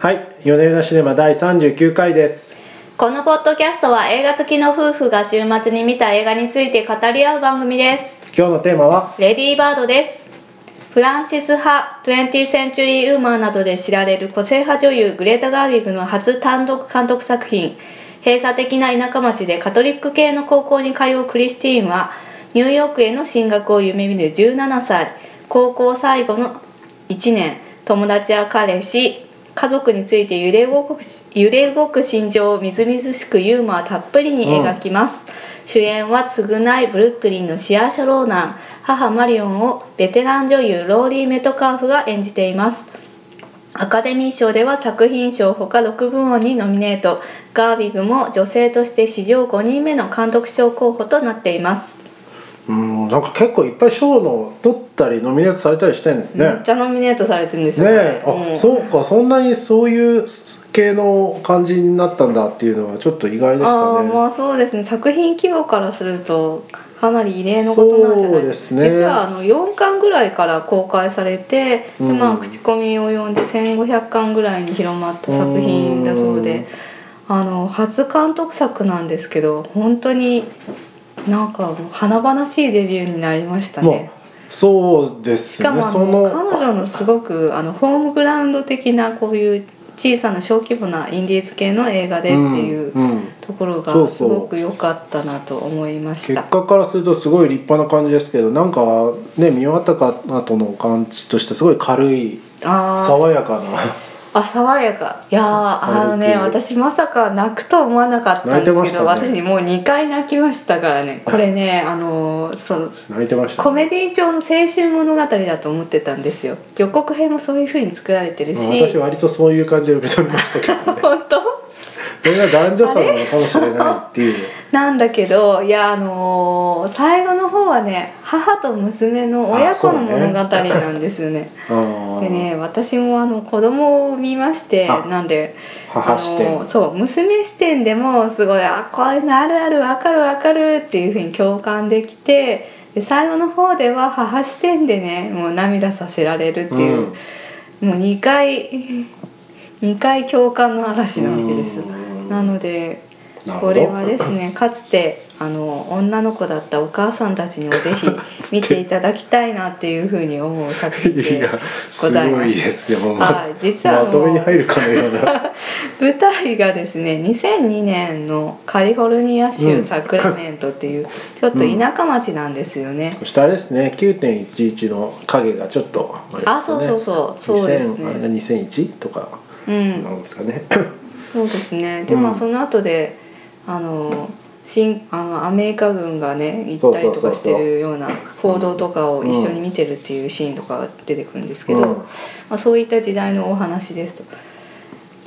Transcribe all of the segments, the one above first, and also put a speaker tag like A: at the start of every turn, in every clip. A: はい米田シネマ第39回です
B: このポッドキャストは映画好きの夫婦が週末に見た映画について語り合う番組です
A: 今日のテーマは
B: レディーバードですフランシス派20センチュリー・ウーマンなどで知られる個性派女優グレータ・ガーウィグの初単独監督作品閉鎖的な田舎町でカトリック系の高校に通うクリスティーンはニューヨークへの進学を夢見る17歳高校最後の1年友達や彼氏家族について揺れ動くし揺れ動く心情をみずみずしくユーモアたっぷりに描きます、主演は償いブルックリンのシアーシャ・ローナン母マリオンをベテラン女優ローリー・メトカーフが演じていますアカデミー賞では作品賞ほか6部門にノミネートガービグも女性として史上5人目の監督賞候補となっています
A: うんなんか結構いっぱい賞の取ったりノミネートされたりしてんですね、
B: めっちゃノミネートされてるんです
A: ね
B: よね
A: えあ、
B: うん
A: そうかそんなにそういう系の感じになったんだっていうのはちょっと意外でし
B: あ
A: た
B: あ
A: ね
B: まあそうですね作品規模からするとかなり異例のことなんじゃない
A: そうですね
B: 実はあの4巻ぐらいから公開されて、で
A: うん
B: まあ、口コミを読んで1500巻ぐらいに広まった作品だそうであの初監督作なんですけど本当になんかもう華々しいデビューになりました
A: も
B: ね。
A: うそうで
B: し
A: す
B: かも
A: ね
B: あ
A: そ
B: の
A: の
B: 彼女のすごくあのホームグラウンド的なこういう小さな小規模なインディーズ系の映画でっていう。
A: うんうん
B: ところ
A: そう
B: がす
A: そう
B: ごく良かったなと思いまし
A: 結
B: た。
A: 果からするとすごい立派な感じですけどなんかね見終わったか後の感じとしてすごい軽い
B: あ
A: 爽やかな
B: ーあ爽やかいやーあの
A: 軽
B: ね
A: く
B: 私まさか泣くとは思わなかったんです
A: 泣
B: けど、
A: いてましたね
B: 私もう2回泣きましたか らねこれねあのーその
A: 泣いてましたね
B: コメディ調の青春物語だと思ってたんですよ予告編もそういう風に作られてるし
A: 私割とそういう感じで受け取りましたけどね
B: 本当
A: これが男女差なのかもしれないっていう
B: なんだけどいやあのー最後の方はね母と娘の親子の物語なんですよね。
A: あー
B: でね私もあの子供を見まして
A: あ
B: なんで
A: 母視点
B: あのそう娘視点でもすごいあこういうのあるあるわかるわかるっていうふうに共感できてで最後の方では母視点でねもう涙させられるっていう、もう2回2回共感の嵐なわけですよ。
A: うん
B: なので
A: なるほ
B: こ
A: ど
B: れはですねかつてあの女の子だったお母さんたちにもぜひ見ていただきたいなっていうふうに思う作品
A: い
B: で
A: や
B: ご
A: す
B: ざい
A: ご
B: ま
A: い
B: す。
A: ですよもう
B: はい実はあの
A: まとめに入るかのような
B: 舞台がですね2002年のカリフォルニア州サクラメントっていうちょっと田舎町なんですよね。
A: そしてあれですね9.11の影がちょっとあ,、
B: あそうそうそうそうですね
A: 2000あれが2001とか
B: うん
A: なんですかね、
B: そうですねで
A: うん
B: まあその後であの新あのアメリカ軍がね行ったりとかしてるような報道とかを一緒に見てるっていうシーンとかが出てくるんですけど、
A: うん
B: まあ、そういった時代のお話ですと。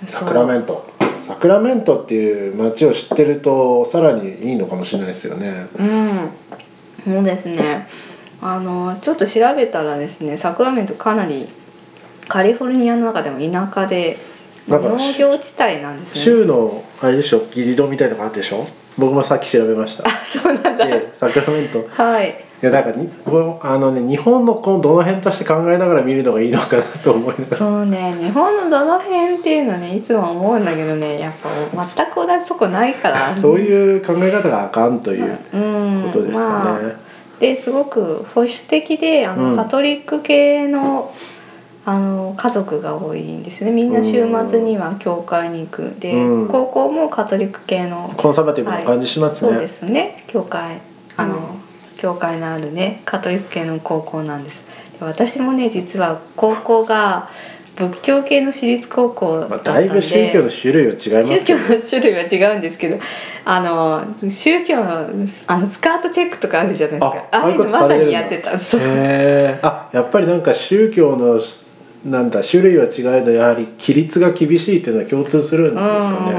A: サクラメントサクラメントっていう街を知ってるとさらにいいのかもしれないですよね
B: うん、そうですねあのちょっと調べたらですねサクラメントかなりカリフォルニアの中でも田舎で、まあ
A: なんか
B: 農業地帯なんですね
A: 州のあれでしょ議事堂みたいなのがあるでしょ僕もさっき調べました
B: そうなんだ、
A: でサクラメントい
B: はい
A: やだからにこうあのね日本のこのどの辺として考えながら見るのがいいのかなと思います
B: そのね日本のどの辺っていうのねいつも思うんだけどねやっぱ全く同じとこないから
A: そういう考え方があかんという
B: うん
A: ことですか
B: ま
A: ね
B: あ、ですごく保守的であの、
A: うん
B: カトリック系のあの家族が多いんですねみんな週末には教会に行くで、
A: うん
B: 高校もカトリック系の、
A: コンサバティブな感じしますね、
B: そうですね教会あの、
A: うん
B: 教会のあるねカトリック系の高校なんですで私もね実は高校が仏教系の私立高校だ
A: まあ、
B: った
A: だ
B: ん
A: い
B: で、
A: ぶ宗教の種類は違いますけ
B: 宗教
A: ど
B: の種類は違うんですけどあの宗教のあのスカートチェックとかあるじゃないですか
A: あ
B: ああい
A: ああいうこと
B: うのま
A: さ
B: さ
A: れるん
B: に
A: だ
B: やってたそう
A: へえあやっぱりなんか宗教のなんだ種類は違いのやはり規律が厳しいっていうのは共通するん
B: う
A: で
B: ん
A: すかね、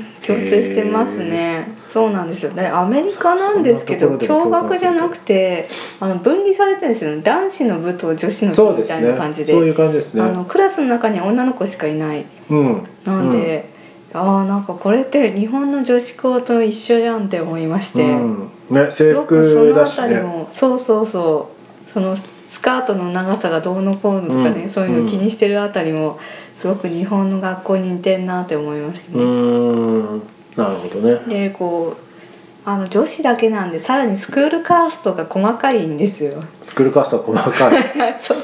B: うん共通してますねそうなんですよねアメリカなんですけ
A: そ
B: ど
A: うそんなところで
B: 共
A: も共感
B: 学
A: す
B: じ
A: る
B: ゃなくてあの分離されてるんですよね男子の部と女子の
A: そうで
B: 部みた
A: す
B: いな
A: ね
B: 感じで
A: そういう感じですね
B: あのクラスの中に女の子しかいない
A: うん
B: なんで、ああなんかこれって日本の女子校と一緒じゃんって思いまし
A: う
B: て。
A: んうんね
B: す
A: 制
B: ごくそ
A: 服
B: の
A: だ
B: あ
A: した
B: り
A: ね
B: もそうそうそうそのスカートの長さがどうのこうのとかね、
A: うん
B: そういうの気にしてるあたりもすごく日本の学校に似てんなって思いました
A: う
B: ね。
A: ーんなるほどね
B: でこうあの女子だけなんでさらにスクールカーストが細かいんですよ。
A: スクールカーストは細かい
B: そう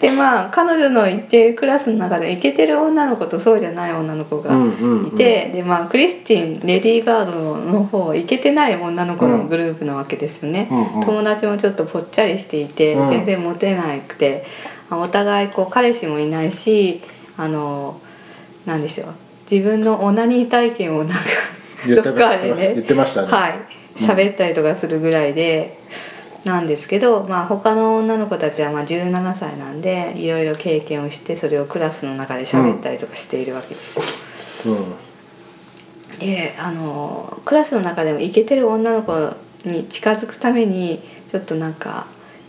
B: でまあ彼女のいてクラスの中でイケてる女の子と そうじゃない女の子が
A: うんうん、
B: いて、でまあクリスティンレディーバードの方イケてない女の子のグループなわけですよね。
A: うんうん、
B: 友達もちょっとぽっちゃりしていて、
A: うん
B: 全然モテなくてあお互いこう彼氏もいないしあのなんでしょう自分のオナニー体験をなんか
A: 言っ
B: ど
A: て
B: っ
A: ま
B: か
A: した
B: で
A: ね言
B: ね
A: ってましたね、
B: はい喋ったりとかするぐらいで。なんですけど、まあ、他の女の子たちはまあ17歳なんでいろいろ経験をしてそれをクラスの中で喋ったりとかしているわけですよ。
A: うん
B: であのクラスの中でもイケてる女の子に近づくためにちょっとなんか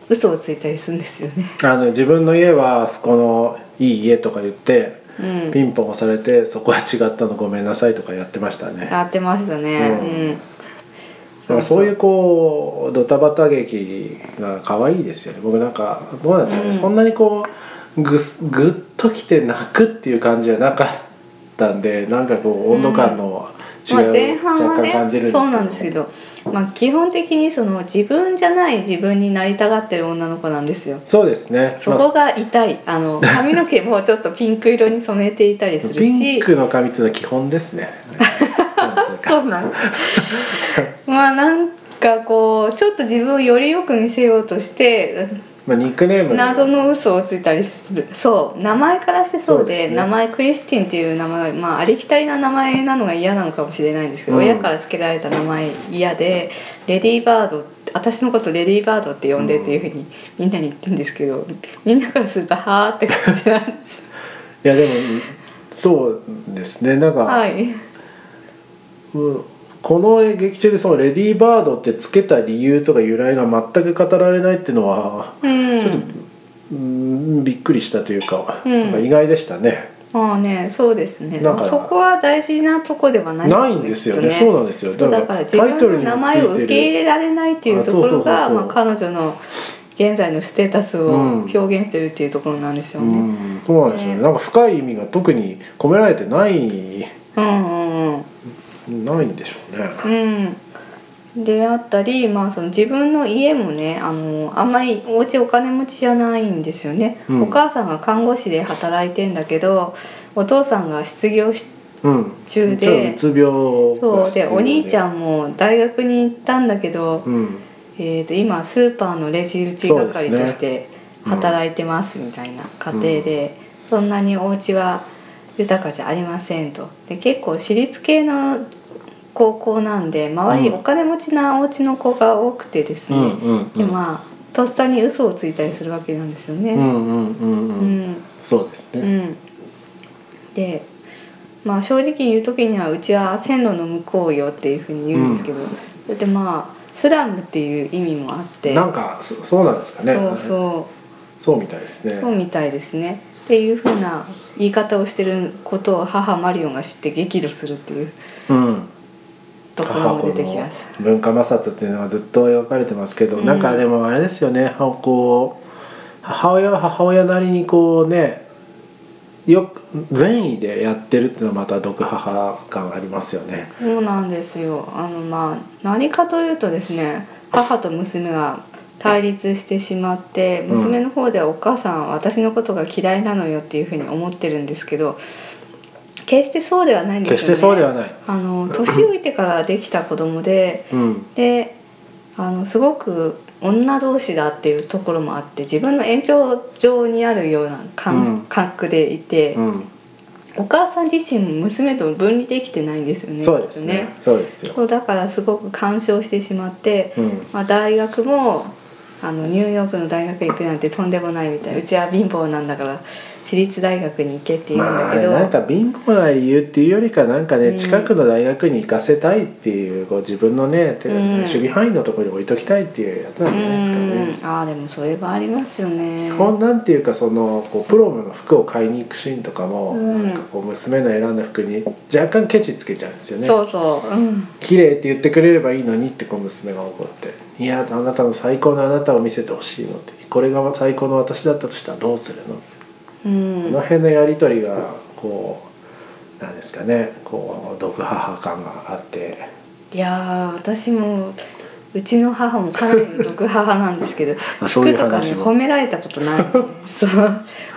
B: 嘘をついたりするんですよね。
A: あの自分の家はあそこのいい家とか言って
B: うん、
A: ピンポン押されてそこは違ったのごめんなさいとかやってましたね
B: やってましたね。
A: う
B: うんん、
A: なんかそういうこうドタバタ劇が可愛いですよね僕なんかどうなんですかね、
B: うん
A: そんなにこうぐすぐっときて泣くっていう感じじゃなかったんでなんかこう温度感の違
B: まあ、
A: い
B: 前
A: を
B: 半
A: 若
B: は
A: 干感じるんですけ
B: ね
A: ど、
B: そうなんですけど、まあ、基本的にその自分じゃない自分になりたがってる女の子なんですよ。
A: そうですね
B: そこが痛いあの髪の毛もちょっとピンク色に染めていたり
A: ますあ
B: るし
A: ピンクの髪っていうのは基本です ねなんつうか
B: そうなん まあなんかこうちょっと自分をよりよく見せようとして
A: まあ、ニックネーム
B: 謎の嘘をついたりするそう名前からしてそ
A: そ
B: うで
A: うですね
B: 名前クリスティンっていう名前が、まあ、ありきたりな名前なのが嫌なのかもしれないんですけど、
A: うん
B: 親から付けられた名前嫌でレディーバード私のことレディーバードって呼んでっていうふうにみんなに言ってるんですけど、みんなからするとはあって感じなんです
A: いやでもそうですねなんか、
B: はい
A: うんこの劇中でその「レディーバード」ってつけた理由とか由来が全く語られないっていうのは、
B: うん
A: ちょっと、うん、びっくりしたというか,、
B: うん
A: なんか意外でしたね。
B: まあねそうですね
A: なんか
B: そこは大事なとこではない
A: ないんですよね
B: きっと
A: そうなんですよ
B: そうだから自分の名前を受け
A: れ
B: 入れられないっていうところ
A: あ
B: が
A: そうそう
B: ま
A: そう
B: あ
A: そう
B: 彼女の現在のステータス
A: う
B: を
A: ん
B: 表現してるっていうところなんでしょう
A: う
B: ね。
A: ん、そうなんですよね
B: ね
A: なんか深い意味が特に込められてない
B: うん、うん、うん
A: ないんでしょうね。
B: うんであったり、まあ、その自分の家もねあのあんまりお家お金持ちじゃないんですよね、
A: うん
B: お母さんが看護師で働いてんだけどお父さんが失業し
A: うん、
B: 中で
A: ちょっとうつ病
B: そうでお兄ちゃ
A: ん、
B: んも大学に行ったんだけど、
A: うん、
B: えー、と今スーパーのレジ打ち係として
A: うん
B: 働いてますみたいな家庭で、そんなにお家は豊かじゃありませんとで結構私立系の高校なんで周り
A: うん
B: お金持ちなお家の子が多くてです
A: う
B: ね、
A: んうんう
B: で
A: ん
B: まあとっさに嘘をついたりするわけなんですよ
A: う
B: ね。
A: んうんうん
B: う
A: うん
B: ん
A: そうです
B: う
A: ね。
B: ん、でまあ正直言う時にはうちは線路の向こうよっていうふうに言うんですけど、だってまあスラムっていう意味もあって
A: なんかそそうなんですかね。
B: そうそう
A: そうみたいですね。
B: そうみたいですねっていうふうな言い方をしてることを母マリオンが知って激怒するっていう
A: うん。
B: ところも出てきます。
A: 母子の文化摩擦っていうのはずっと描かれてますけど、
B: うん
A: なんかでもあれですよね。こう母親は母親なりにこうね、よく善意でやってるっていうのはまた毒母感ありますよね。
B: そうなんですよあのまあ何かというとですね母と娘が対立してしまって
A: うん
B: 娘の方ではお母さんは私のことが嫌いなのよっていうふうに思ってるんですけど決してそうではないんですよね
A: 決してそうではない。
B: あの年老いてからできた子供で
A: うん。
B: であのすごく女同士だっていうところもあって自分の延長上にあるような感,、
A: うん
B: 感覚でいて、
A: うん。
B: お母さん自身も娘と分離できてないんですよね
A: そうですね。そうですよ。
B: そうだからすごく干渉してしまって、
A: うん。
B: まあ、大学もあのニューヨークの大学行くなんてとんでもないみたいうちは貧乏なんだから私立大学に行けって言うん
A: まあ、
B: だ
A: あ
B: け
A: れ
B: ど、
A: なんか貧乏な理由っていうよりかなんかね、
B: うん
A: 近くの大学に行かせたいっていうこう自分のね、手
B: うん
A: 守備範囲のところに置いときたいっていうやつなんじゃないですかね。
B: うんああでもそれはありますよね
A: 基本なんていうかそのこうプロムの服を買いに行くシーンとかも、
B: うん
A: なんかこう娘の選んだ服に若干ケチつけちゃうんですよね
B: そうそううん
A: 綺麗って言ってくれればいいのにってこう娘が怒って「いやあなたの最高のあなたを見せてほしいの」って「これが最高の私だったとしたらどうするの?」
B: う
A: こ
B: ん
A: の辺のやり取りがこうなんですかねこう毒母感があって
B: いやー私もうちの母もかなりの毒母なんです けど
A: あそういう
B: 服とかね
A: 話も
B: 褒められたこ とない、ね、そう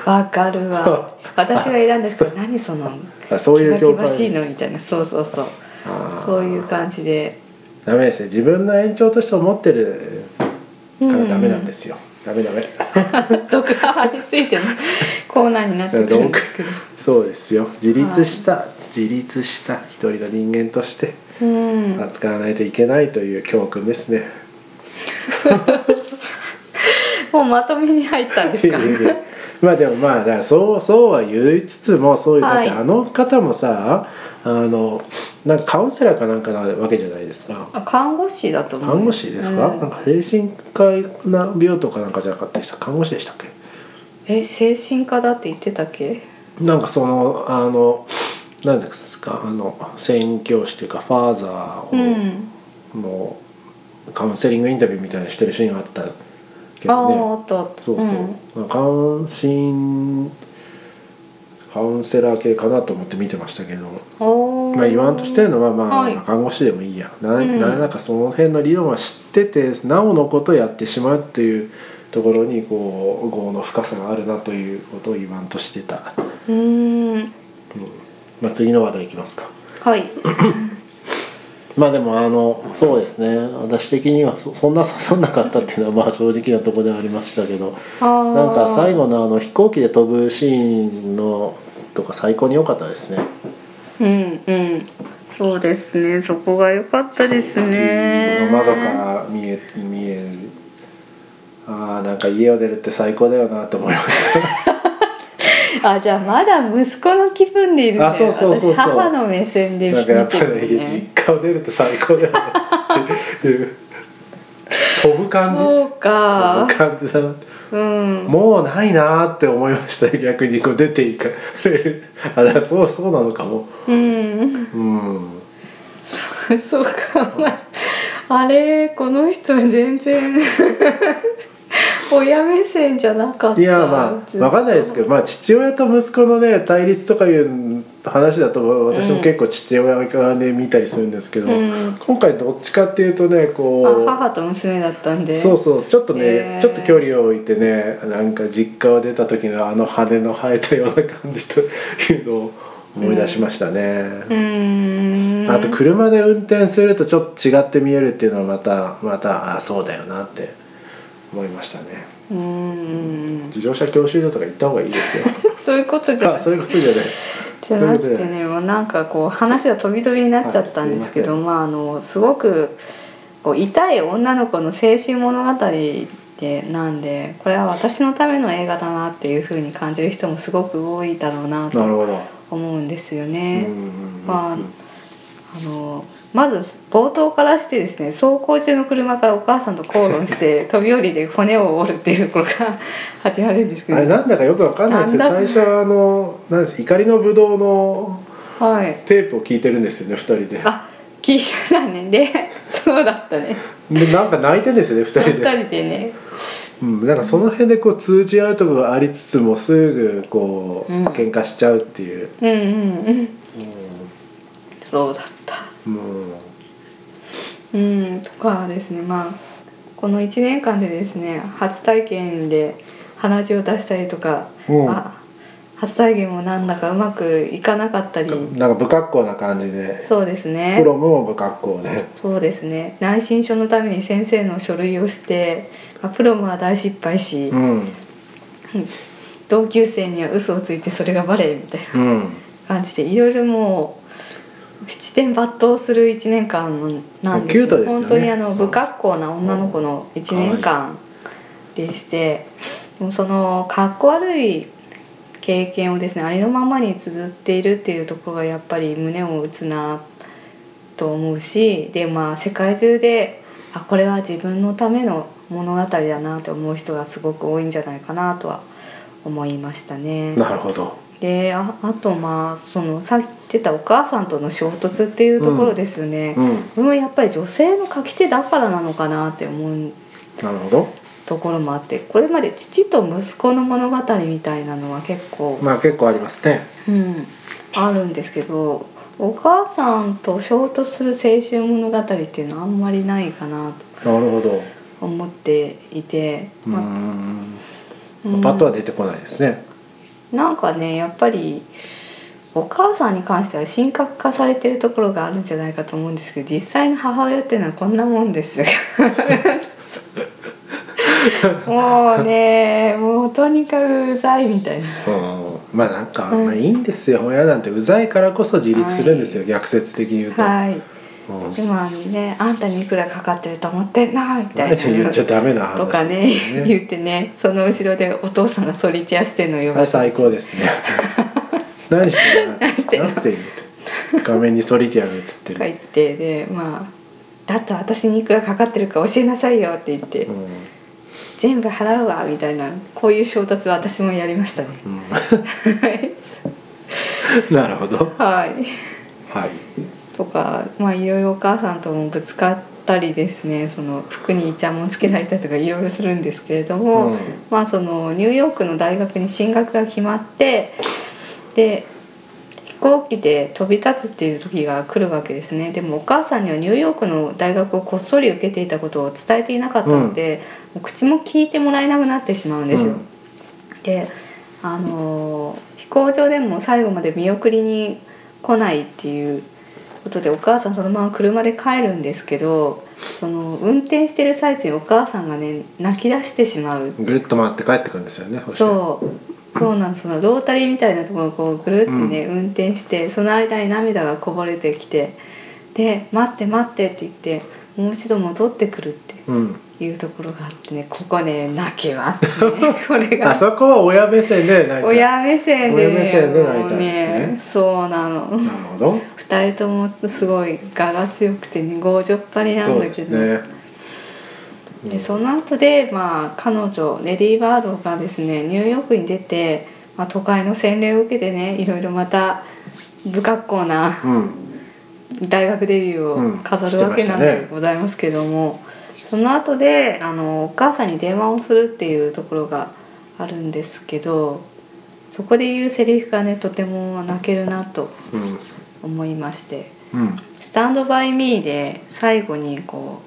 B: わかるわ私が選んだ人は何その
A: あそういう
B: キ
A: 業
B: バキバしい
A: 界
B: のみたいなそうそうそう
A: あー
B: そういう感 じで
A: ダメですね自分の延長として思ってるからダメなんですよ、ダメダメ
B: 毒母についての コーナーになってくるん ですけど
A: そうですよ自立した、自立した一人の人間として
B: うん
A: 扱わないといけないという教訓ですね、
B: もうまとめに入ったんですか
A: まあでもまあだからそうそうは言いつつもそういうだっ
B: はい
A: てあの方もさあのなんかカウンセラーかなんかなわけじゃないですか
B: あ看護師だと思う
A: 看護師ですか、
B: うん
A: なんか精神科病棟かなんかじゃなかったでした看護師でしたっけ
B: え精神科だって言ってたっけ
A: なんかそのあの何ですかあの宣教師というかファーザ
B: う
A: ー
B: ん
A: をのカウンセリングインタビューみたいなのしてるシーンがあったけ
B: あ
A: どね
B: ああったあった
A: そうそう、カウンシンカウンセラー系かなと思って見てましたけど、
B: うん、おー
A: まあ、言わんとしてるのはまあ、
B: はい
A: 看護師でもいいやな,、
B: うん
A: なんだかその辺の理論は知っててなおのことやってしまうっていうところにこう業の深さがあるなということを言わんとしてた、
B: うーん
A: まあ、次の話題いきますか
B: はい
A: まあでもあのそうですね私的にはそそんな刺さんなかったっていうのはまあ正直なところではありましたけど
B: あー
A: なんか最後のあの飛行機で飛ぶシーンのとか最高に良かったですね。
B: うんうんそうですねそこが良かったですね
A: の窓から見え見えああなんか家を出るって最高だよなと思いました。
B: あじゃあまだ息子の気分でいるんだよ
A: あそうそうそうそう
B: 私母の目線で見
A: なん
B: て
A: かやっぱ
B: るの
A: り、
B: ね
A: 実家を出るって最高だよなっていう飛ぶ感じ飛
B: そうか
A: ぶ感じだなって
B: うん
A: もうないなーって思いました逆にこう出ていかれるあだからそうそうなのかも
B: うん
A: うん。
B: そうかお前あれこの人全然 親目線じゃなかった
A: いやまあ
B: ずっと
A: 分かんないですけど、まあ、父親と息子のね対立とかいう話だと私も結構父親がね見たりするんですけど、
B: うん
A: 今回どっちかっていうとね
B: あ
A: こ
B: 母と娘だったん
A: う
B: で
A: そうそうちょっとね、
B: へー
A: ちょっと距離を置いてねなんか実家を出た時のあの羽の生えたような感じというのを思い出しました
B: う
A: ね。
B: ーん
A: あと車で運転するとちょっと違って見えるっていうのはまたまたあそうだよなって思いましたね。
B: うーん
A: 自動車教習所とか行った方がいいですよ。
B: そういうことじゃ
A: あそういうことじゃない。
B: じゃなくてねもうなんかこう話が飛び飛びになっちゃったんですけど、
A: は
B: まああのすごくこう痛い女の子の青春物語でなんでこれは私のための映画だなっていうふうに感じる人もすごく多いだろうな
A: なる
B: と
A: ほど。
B: 思うんですよ
A: うん
B: ね。
A: うんうん
B: まああのまず冒頭からしてですね走行中の車からお母さんと口論して飛び降りで骨を折るっていうところから 始まるんですけ
A: あれ
B: ど
A: なんだかよくわかんないですよ。
B: なんだ
A: 最初はあのなんです怒りのブドウの
B: はい
A: テープを聞いてるんですよね二人で。
B: あ聞いたねでそうだったね
A: でなんか泣いてんですよね二
B: 二
A: 人で。
B: 人でね
A: うんなんかその辺でこう通じ合うところがありつつもすぐこう
B: うん
A: 喧嘩しちゃうっていう。
B: うんうんうんそうだった
A: うん
B: うんとかですねまあこの1年間でですね初体験で鼻血を出したりとか、
A: うん
B: あ初体験もなんだかうまくいかなかったり
A: なんか不格好な感じで。
B: そうですね
A: プロムも不格好で。
B: そうですね内申書のために先生の書類をして、まあ、プロムは大失敗し、
A: うん
B: 同級生には嘘をついてそれがバレみたいな
A: うん。
B: 感じでいろいろもう七点抜刀する1年間なんです
A: キュートですよね
B: 本当にあの不格好な女の子の1年間でして、もうそのかっこ悪い経験をですねありのままに綴っているっていうところがやっぱり胸を打つなと思うしでまあ世界中であこれは自分のための物語だなって思う人がすごく多いんじゃないかなとは思いましたね。
A: なるほど
B: でああとまあそのさっき言ってたお母さんとの衝突っていうところですよね。
A: うん
B: これもやっぱり女性の書き手だからなのかなって思う
A: なるほど
B: ところもあってこれまで父と息子の物語みたいなのは結構、
A: まあ結構ありますね
B: うん、あるんですけどお母さんと衝突する青春物語っていうのはあんまりないかな
A: なるほど
B: と思っていて、
A: う
B: まあ
A: ん
B: うん
A: パッとは出てこないですね
B: なんかねやっぱりお母さんに関しては神格化されてるところがあるんじゃないかと思うんですけど実際の母親っていうのはこんなもんです よもうねもうとにかくうざいみたいな
A: うんまあなんか、まあ、いいんですよ親なんてうざいからこそ自立するんですよ、逆説的に言うと、
B: はい
A: うん
B: でもあのねあんたにいくらかかってると思ってんなみたいな
A: 言っちゃダメな話
B: とかね
A: ですよね
B: 言ってねその後ろでお父さんがソリティアしてんのよ
A: あ最高です ね何してるの
B: 何してるの
A: 何してるの画面にソリティアが映って
B: とか
A: る、
B: 言ってでまあ「だって私にいくらかかってるか教えなさいよ」って言って「
A: うん
B: 全部払うわ」みたいなこういう衝突は私もやりま したね。
A: う
B: はい
A: ん、 なるほど
B: はい
A: はい
B: とかまあいろいろお母さんともぶつかったりですねその服にイチャモンつけられたりとかいろいろするんですけれども、
A: うん
B: まあそのニューヨークの大学に進学が決まってで飛行機で飛び立つっていう時が来るわけですねでもお母さんにはニューヨークの大学をこっそり受けていたことを伝えていなかったので、もう口も聞いてもらえなくなってしまうんですよ。
A: うん
B: であのー飛行場でも最後まで見送りに来ないっていうことでお母さんそのまま車で帰るんですけどその運転してる最中にお母さんがね泣き出してしまう
A: ぐるっと回って帰ってくるんですよね
B: そうそうなのそのロータリーみたいなところをこうぐるってね、運転してその間に涙がこぼれてきてで「待って待って」って言ってもう一度戻ってくるって
A: う、うん、
B: いうところがあってねここね泣けますねこれが
A: あそこは親目線でなんか
B: 親目線で
A: 親目線で泣いたんですね
B: もうそうなの
A: なるほど
B: 2人ともすごい我が強くてね強情っぱりな
A: そ
B: ん
A: う
B: だ
A: で
B: け
A: す
B: ど
A: ね
B: でその後でまあ彼女レディー・バードがですねニューヨークに出て、まあ、都会の洗礼を受けてねいろいろまた不格好な
A: うん
B: 大学デビューを飾るわけなん
A: うんしてました
B: で
A: ね
B: ございますけども、その後であのお母さんに電話をするっていうところがあるんですけどそこで言うセリフがねとても泣けるなと
A: うん
B: 思いまして
A: うん
B: 「スタンド・バイ・ミー」で最後にこ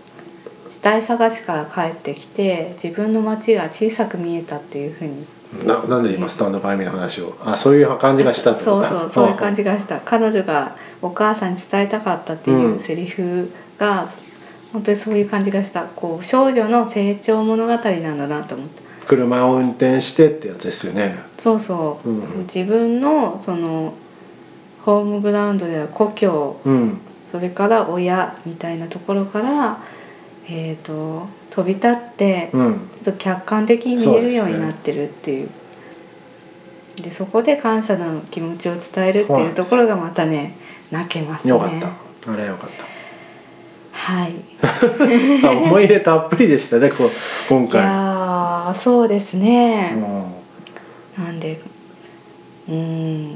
B: う死体探しから帰ってきて自分の街が小さく見えたっていうふうに
A: ななんで今スタンドバイミーの話をあそういう感じがしたってこ
B: そう
A: と
B: そうそういう感
A: じ
B: じがした彼女がお母さんに伝えたかったっていうセリフが、本当にそういう感じがしたこう少女の成長物語なんだなと思った
A: 車を運転してってやつですよね
B: そうそう、
A: うんうん
B: 自分のそのホームグラウンドである故郷
A: うん
B: それから親みたいなところから、えー、と飛び立って、
A: うん
B: ちょっと客観的に見えるようになってるっていうで、そこで感謝の気持ちを伝えるっていうところがまたね泣けますね
A: よかったあれはよかった
B: はいい
A: あ思い入れたっぷりでしたねこう今回
B: やーそうです
A: う
B: ね、
A: ん
B: なんでうんや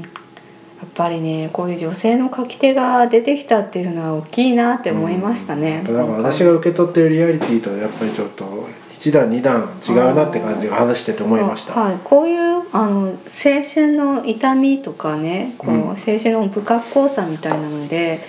B: っぱりねこういう女性の書き手が出てきたっていうのは大きいなって思いましたね、
A: だから
B: 今回
A: 私が受け取ってるリアリティとやっぱりちょっと一段二段違うなって感じが話してて思いました、
B: はい、こういうあの青春の痛みとかねこう
A: うん
B: 青春の不格好さみたいなので、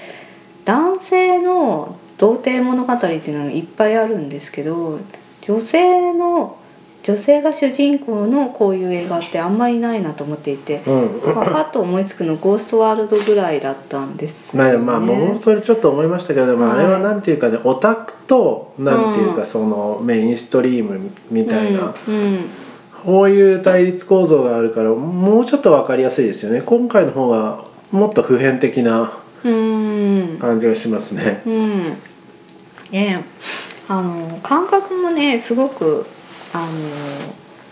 B: 男性の童貞物語っていうのがいっぱいあるんですけど女性の女性が主人公のこういう映画ってあんまりないなと思っていて、
A: うん
B: ま あ、パッと思いつくの「ゴーストワールド」ぐらいだったんです
A: まあ
B: よ
A: まあ僕もそれちょっと思いましたけど、まあ、あ
B: はい
A: れはなんていうかねオタクとなんていう
B: うん
A: かそのメインストリームみたいな、
B: うんうん
A: こういう対立構造があるからもうちょっと分かりやすいですよね今回の方がもっと普遍的な
B: うん
A: 感じがしますね。
B: うん、ねえあの感覚もねすごくあの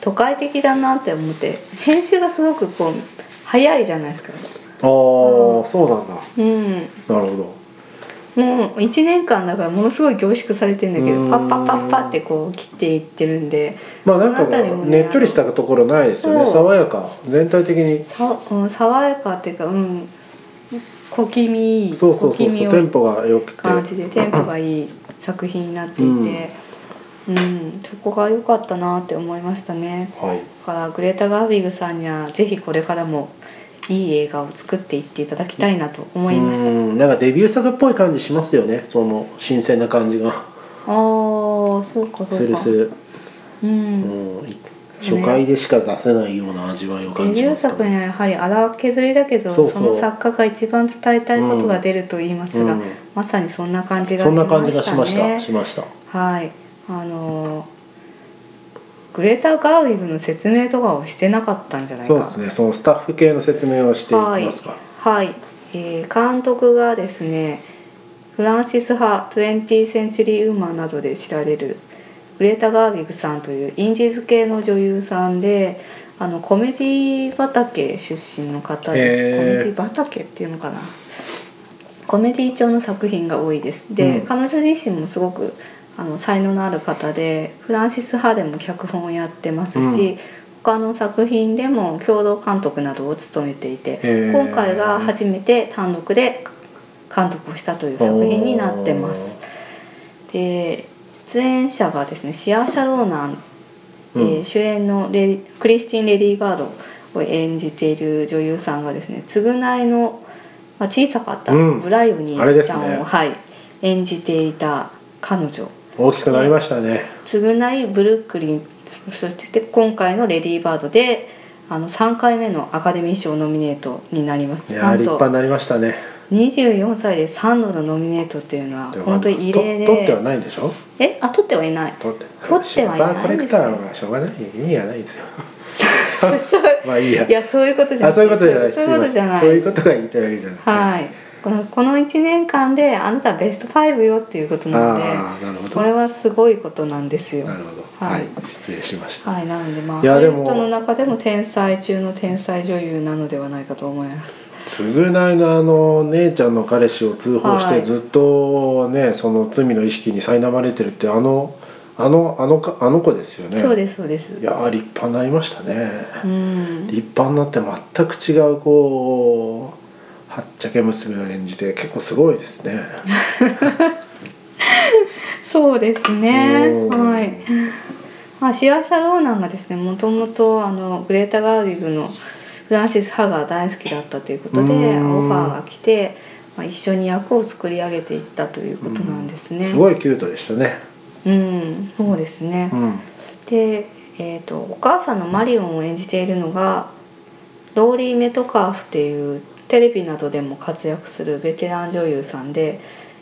B: 都会的だなって思って編集がすごくこう早いじゃないですか
A: ああ、そうなんだ
B: うん
A: なるほど
B: もう1年間だからものすごい凝縮されてるんだけ
A: う
B: ど
A: ん
B: パッパッパッパってこう切っていってるんで
A: まあなんか
B: この辺りもね
A: ねっちょりしたところないですよね
B: そう
A: 爽やか全体的に
B: さ、うん、爽やかっていうかうん小気味いい
A: そうそうそうそう
B: 小気味
A: テ
B: よい
A: ンポが良くて
B: 感じでテンポがいい作品になっていて、うんそこが良かったなって思いましたね
A: はい
B: だからグレータ・ガービングさんにはぜひこれからもいい映画を作っていっていただきたいなと思いました、
A: う
B: あ
A: んなんかデビュー作っぽい感じしますよねその新鮮な感じが
B: あーそうかそうか
A: するする、
B: う、
A: うんん、初回でしか出せないような味わいを
B: デ
A: 感
B: ビ
A: じ
B: ュー
A: ます
B: 作にはやはり荒削りだけど
A: そ
B: そう
A: そう
B: の作家が一番伝えたいことが出ると言いますが、
A: うん
B: まさにそんな感じがし
A: そん
B: ま
A: な感じがしま
B: し
A: した
B: ね
A: たしました
B: はいあのーグレーター・ガーウィグの説明とかをしてなかったんじゃない
A: そう
B: か
A: ですねそのスタッフ系の説明をしていきますか、
B: はい、えー監督がですねフランシス派20 Century Woman などで知られるグレータ・ガービグさんというインディーズ系の女優さんであのコメディ畑出身の方です、
A: へー
B: コメディ畑っていうのかなコメディ調の作品が多いですで、
A: うん
B: 彼女自身もすごくあの才能のある方でフランシス・ハーでも脚本をやってますし、
A: う
B: 他の作品でも共同監督などを務めていて
A: へー
B: 今回が初めて単独で監督をしたという作品になってます。で出演者がですねシア・シャローナン、
A: うん
B: えー主演のレディクリスティン・レディー・ガードを演じている女優さんがですね償いの、まあ、小さかった
A: うん
B: ブライオニ
A: あれで
B: ーち
A: す
B: ゃんを、
A: ね
B: はい、演じていた彼女
A: 大きくなりましたね
B: 償いブルックリンそして今回の「レディー・バードで」あの3回目のアカデミー賞ノミネートになりま
A: い
B: す
A: やー
B: なん
A: 立派
B: と
A: になりましたね
B: 24歳で3度のノミネートっていうのは本当に異例で
A: と取ってはないんでしょ
B: えあ取ってはいない
A: 取って
B: 取ってはいないんですよ
A: コレクターがしょうがない意味がないんですよ
B: そう
A: まあいいや
B: いやそういうことじゃない
A: あそういうことじゃない
B: そういうことじゃない
A: そういうことが言いたいわけじゃない
B: はいこのこの1年間であなたベスト5よっていうことなので
A: ああなるほど
B: これはすごいことなんですよ
A: なるほど
B: は
A: はいい、失礼しました
B: はい、なのでまあ
A: いやでも
B: ハリウッドの中でも天才中の天才女優なのではないかと思います
A: 償いのあの姉ちゃんの彼氏を通報し
B: は
A: て
B: い
A: ずっとねその罪の意識に苛まれてるってあのあのあのかあの子ですよね
B: そうですそうです
A: いやー立派になりましたね
B: うん
A: 立派になって全く違うこうはっちゃけ娘を演じて結構すごいですね
B: そうですね
A: おー
B: はい、まあ、シア・シャローナンがですねもともとあのグレータ・ガーウィグのフランシス・ハが大好きだったということでオフ
A: うーん
B: ァーが来て、まあ、一緒に役を作り上げていったということなんですね
A: すごいキュートでしたね
B: うんそうですね、
A: うん
B: で、えー、とお母さんのマリオンを演じているのがローリー・メトカーフっていうテレビなどでも活躍するベテラン女優さんで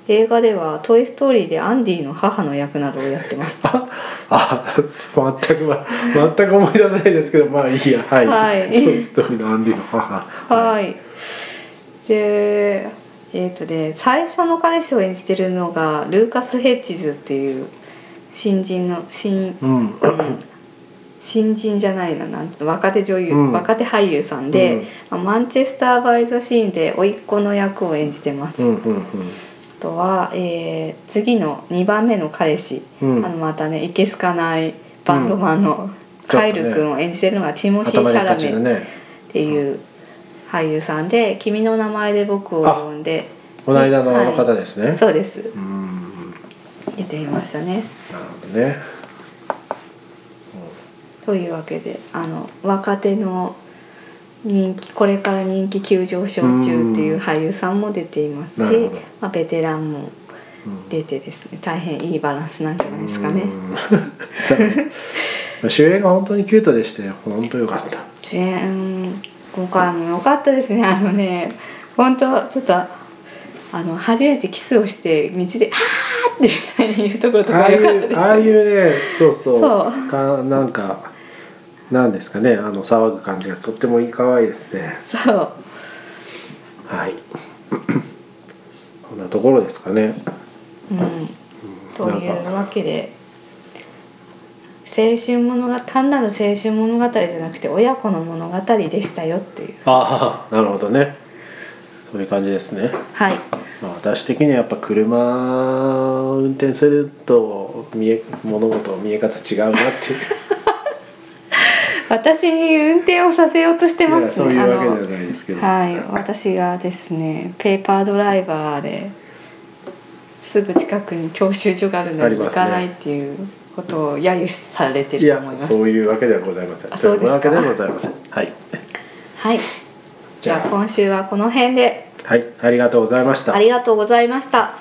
B: 映画では「トイ・ストーリー」でアンディの母の役などをやってました
A: あ全く、ま、全く思い出せないですけどまあいいやはい、
B: はい
A: そういうストーリーのアンディの母
B: はいでえっ、とね最初の彼氏を演じてるのがルーカス・ヘッジズっていう新人の新
A: うん
B: 新人じゃないななんて若手女優、
A: うん
B: 若手俳優さんで、マンチェスター・バイ・ザ・シーンで甥っ子の役を演じてます、
A: うんうん
B: あとは、えー次の2番目の彼氏、
A: うんうん
B: あのまたねいけすかないバンドマンの、
A: ちょっと
B: カ
A: ね
B: イル君を演じてるのがティモシー・
A: 頭
B: シ
A: に
B: ャラ
A: 立ちで
B: メっ
A: ね
B: ていう俳優さんで「君の名前で僕を呼んで
A: この間のあの方ですね、」
B: そうです
A: うーんな
B: 出ていましたね。
A: るほどね
B: というわけであの若手の人気これから人気急上昇中っていう俳優さんも出ています
A: なる
B: し
A: ほど、
B: まあ、ベテランも
A: うん
B: 出てですね大変いいバランスなんじゃないですかね
A: うーん 多分主演が本当にキュートでして本当良かった
B: 主演今回も良かったですねあのね本当ちょっとあの初めてキスをして道で「あー!」ってみたいに言うところと
A: あ
B: か
A: あい
B: 良かったで
A: う
B: す
A: ああい
B: よね
A: うねそうそう
B: そう
A: かなんかなんですかねあの騒ぐ感じがとってもいい可愛いですね
B: そう
A: はいこんなところですかね
B: うん、というわけで青春物が単なる青春物語じゃなくて親子の物語でしたよっていう
A: ああなるほどねそういう感じですね
B: はい
A: まあ私的にはやっぱ車を運転すると見え物事見え方違うなっていう
B: 私に運転をさせようとしてま
A: いや
B: す
A: そう
B: ね
A: いうわけ
B: あの
A: ではないですけど、
B: はい、私がですねペーパードライバーですぐ近くに教習所があるの
A: あり
B: に
A: ます
B: 行
A: ね
B: かないっていうことを揶揄されて
A: い
B: ると思い
A: や
B: ます
A: そういうわけではございません
B: あそうですか
A: わけではございませんはい
B: はいじゃあ今週はこの辺で
A: はいありがとうございました
B: ありがとうございました